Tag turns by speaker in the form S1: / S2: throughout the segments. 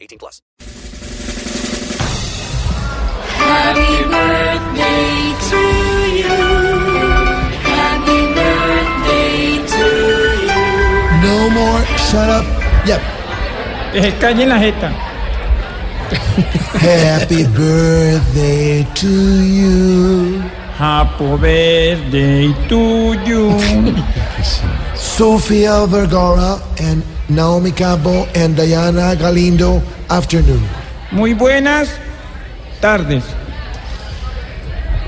S1: 18 plus.
S2: Happy birthday to you. Happy birthday to you.
S3: No more shut up. Yep.
S4: Es calle en la jeta.
S3: Happy birthday to you.
S4: Happy birthday to you.
S3: Sofia Vergara and Naomi Campbell and Diana Galindo. Afternoon.
S4: Muy buenas tardes.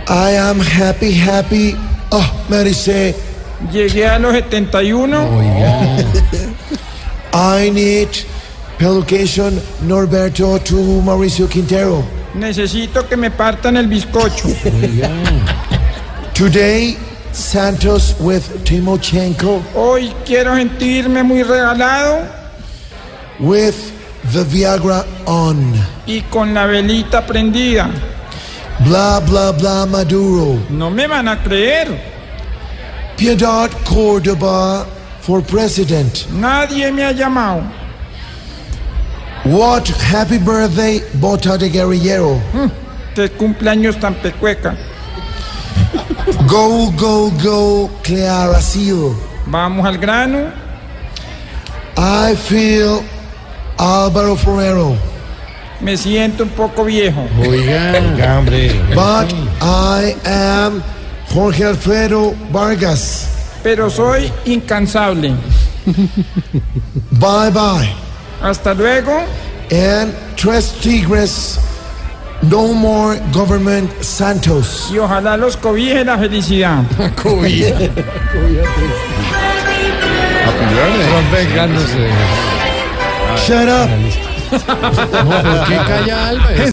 S3: I am happy, happy. Oh, Mary say,
S4: Llegué a los 71.
S3: I need publication Norberto to Mauricio Quintero.
S4: Necesito que me partan el bizcocho.
S3: Today, Santos with Timochenko
S4: Hoy quiero sentirme muy regalado
S3: with the Viagra on.
S4: y con la velita prendida.
S3: Blah, blah, blah, Maduro.
S4: No me van a creer.
S3: Piedad Cordoba for president.
S4: Nadie me ha llamado.
S3: What happy birthday, Bota de Guerrillero.
S4: Qué cumpleaños tan pecueca.
S3: Go, go, go, Clara Seal.
S4: Vamos al grano.
S3: I feel Álvaro Ferrero.
S4: Me siento un poco viejo.
S3: But I am Jorge Alfredo Vargas.
S4: Pero soy incansable.
S3: Bye bye.
S4: Hasta luego.
S3: And Tres Tigres, no more government Santos.
S4: Y ojalá los cobije la felicidad.
S2: Happy birthday.
S3: Shut up.
S5: ¿Por qué calla Alba?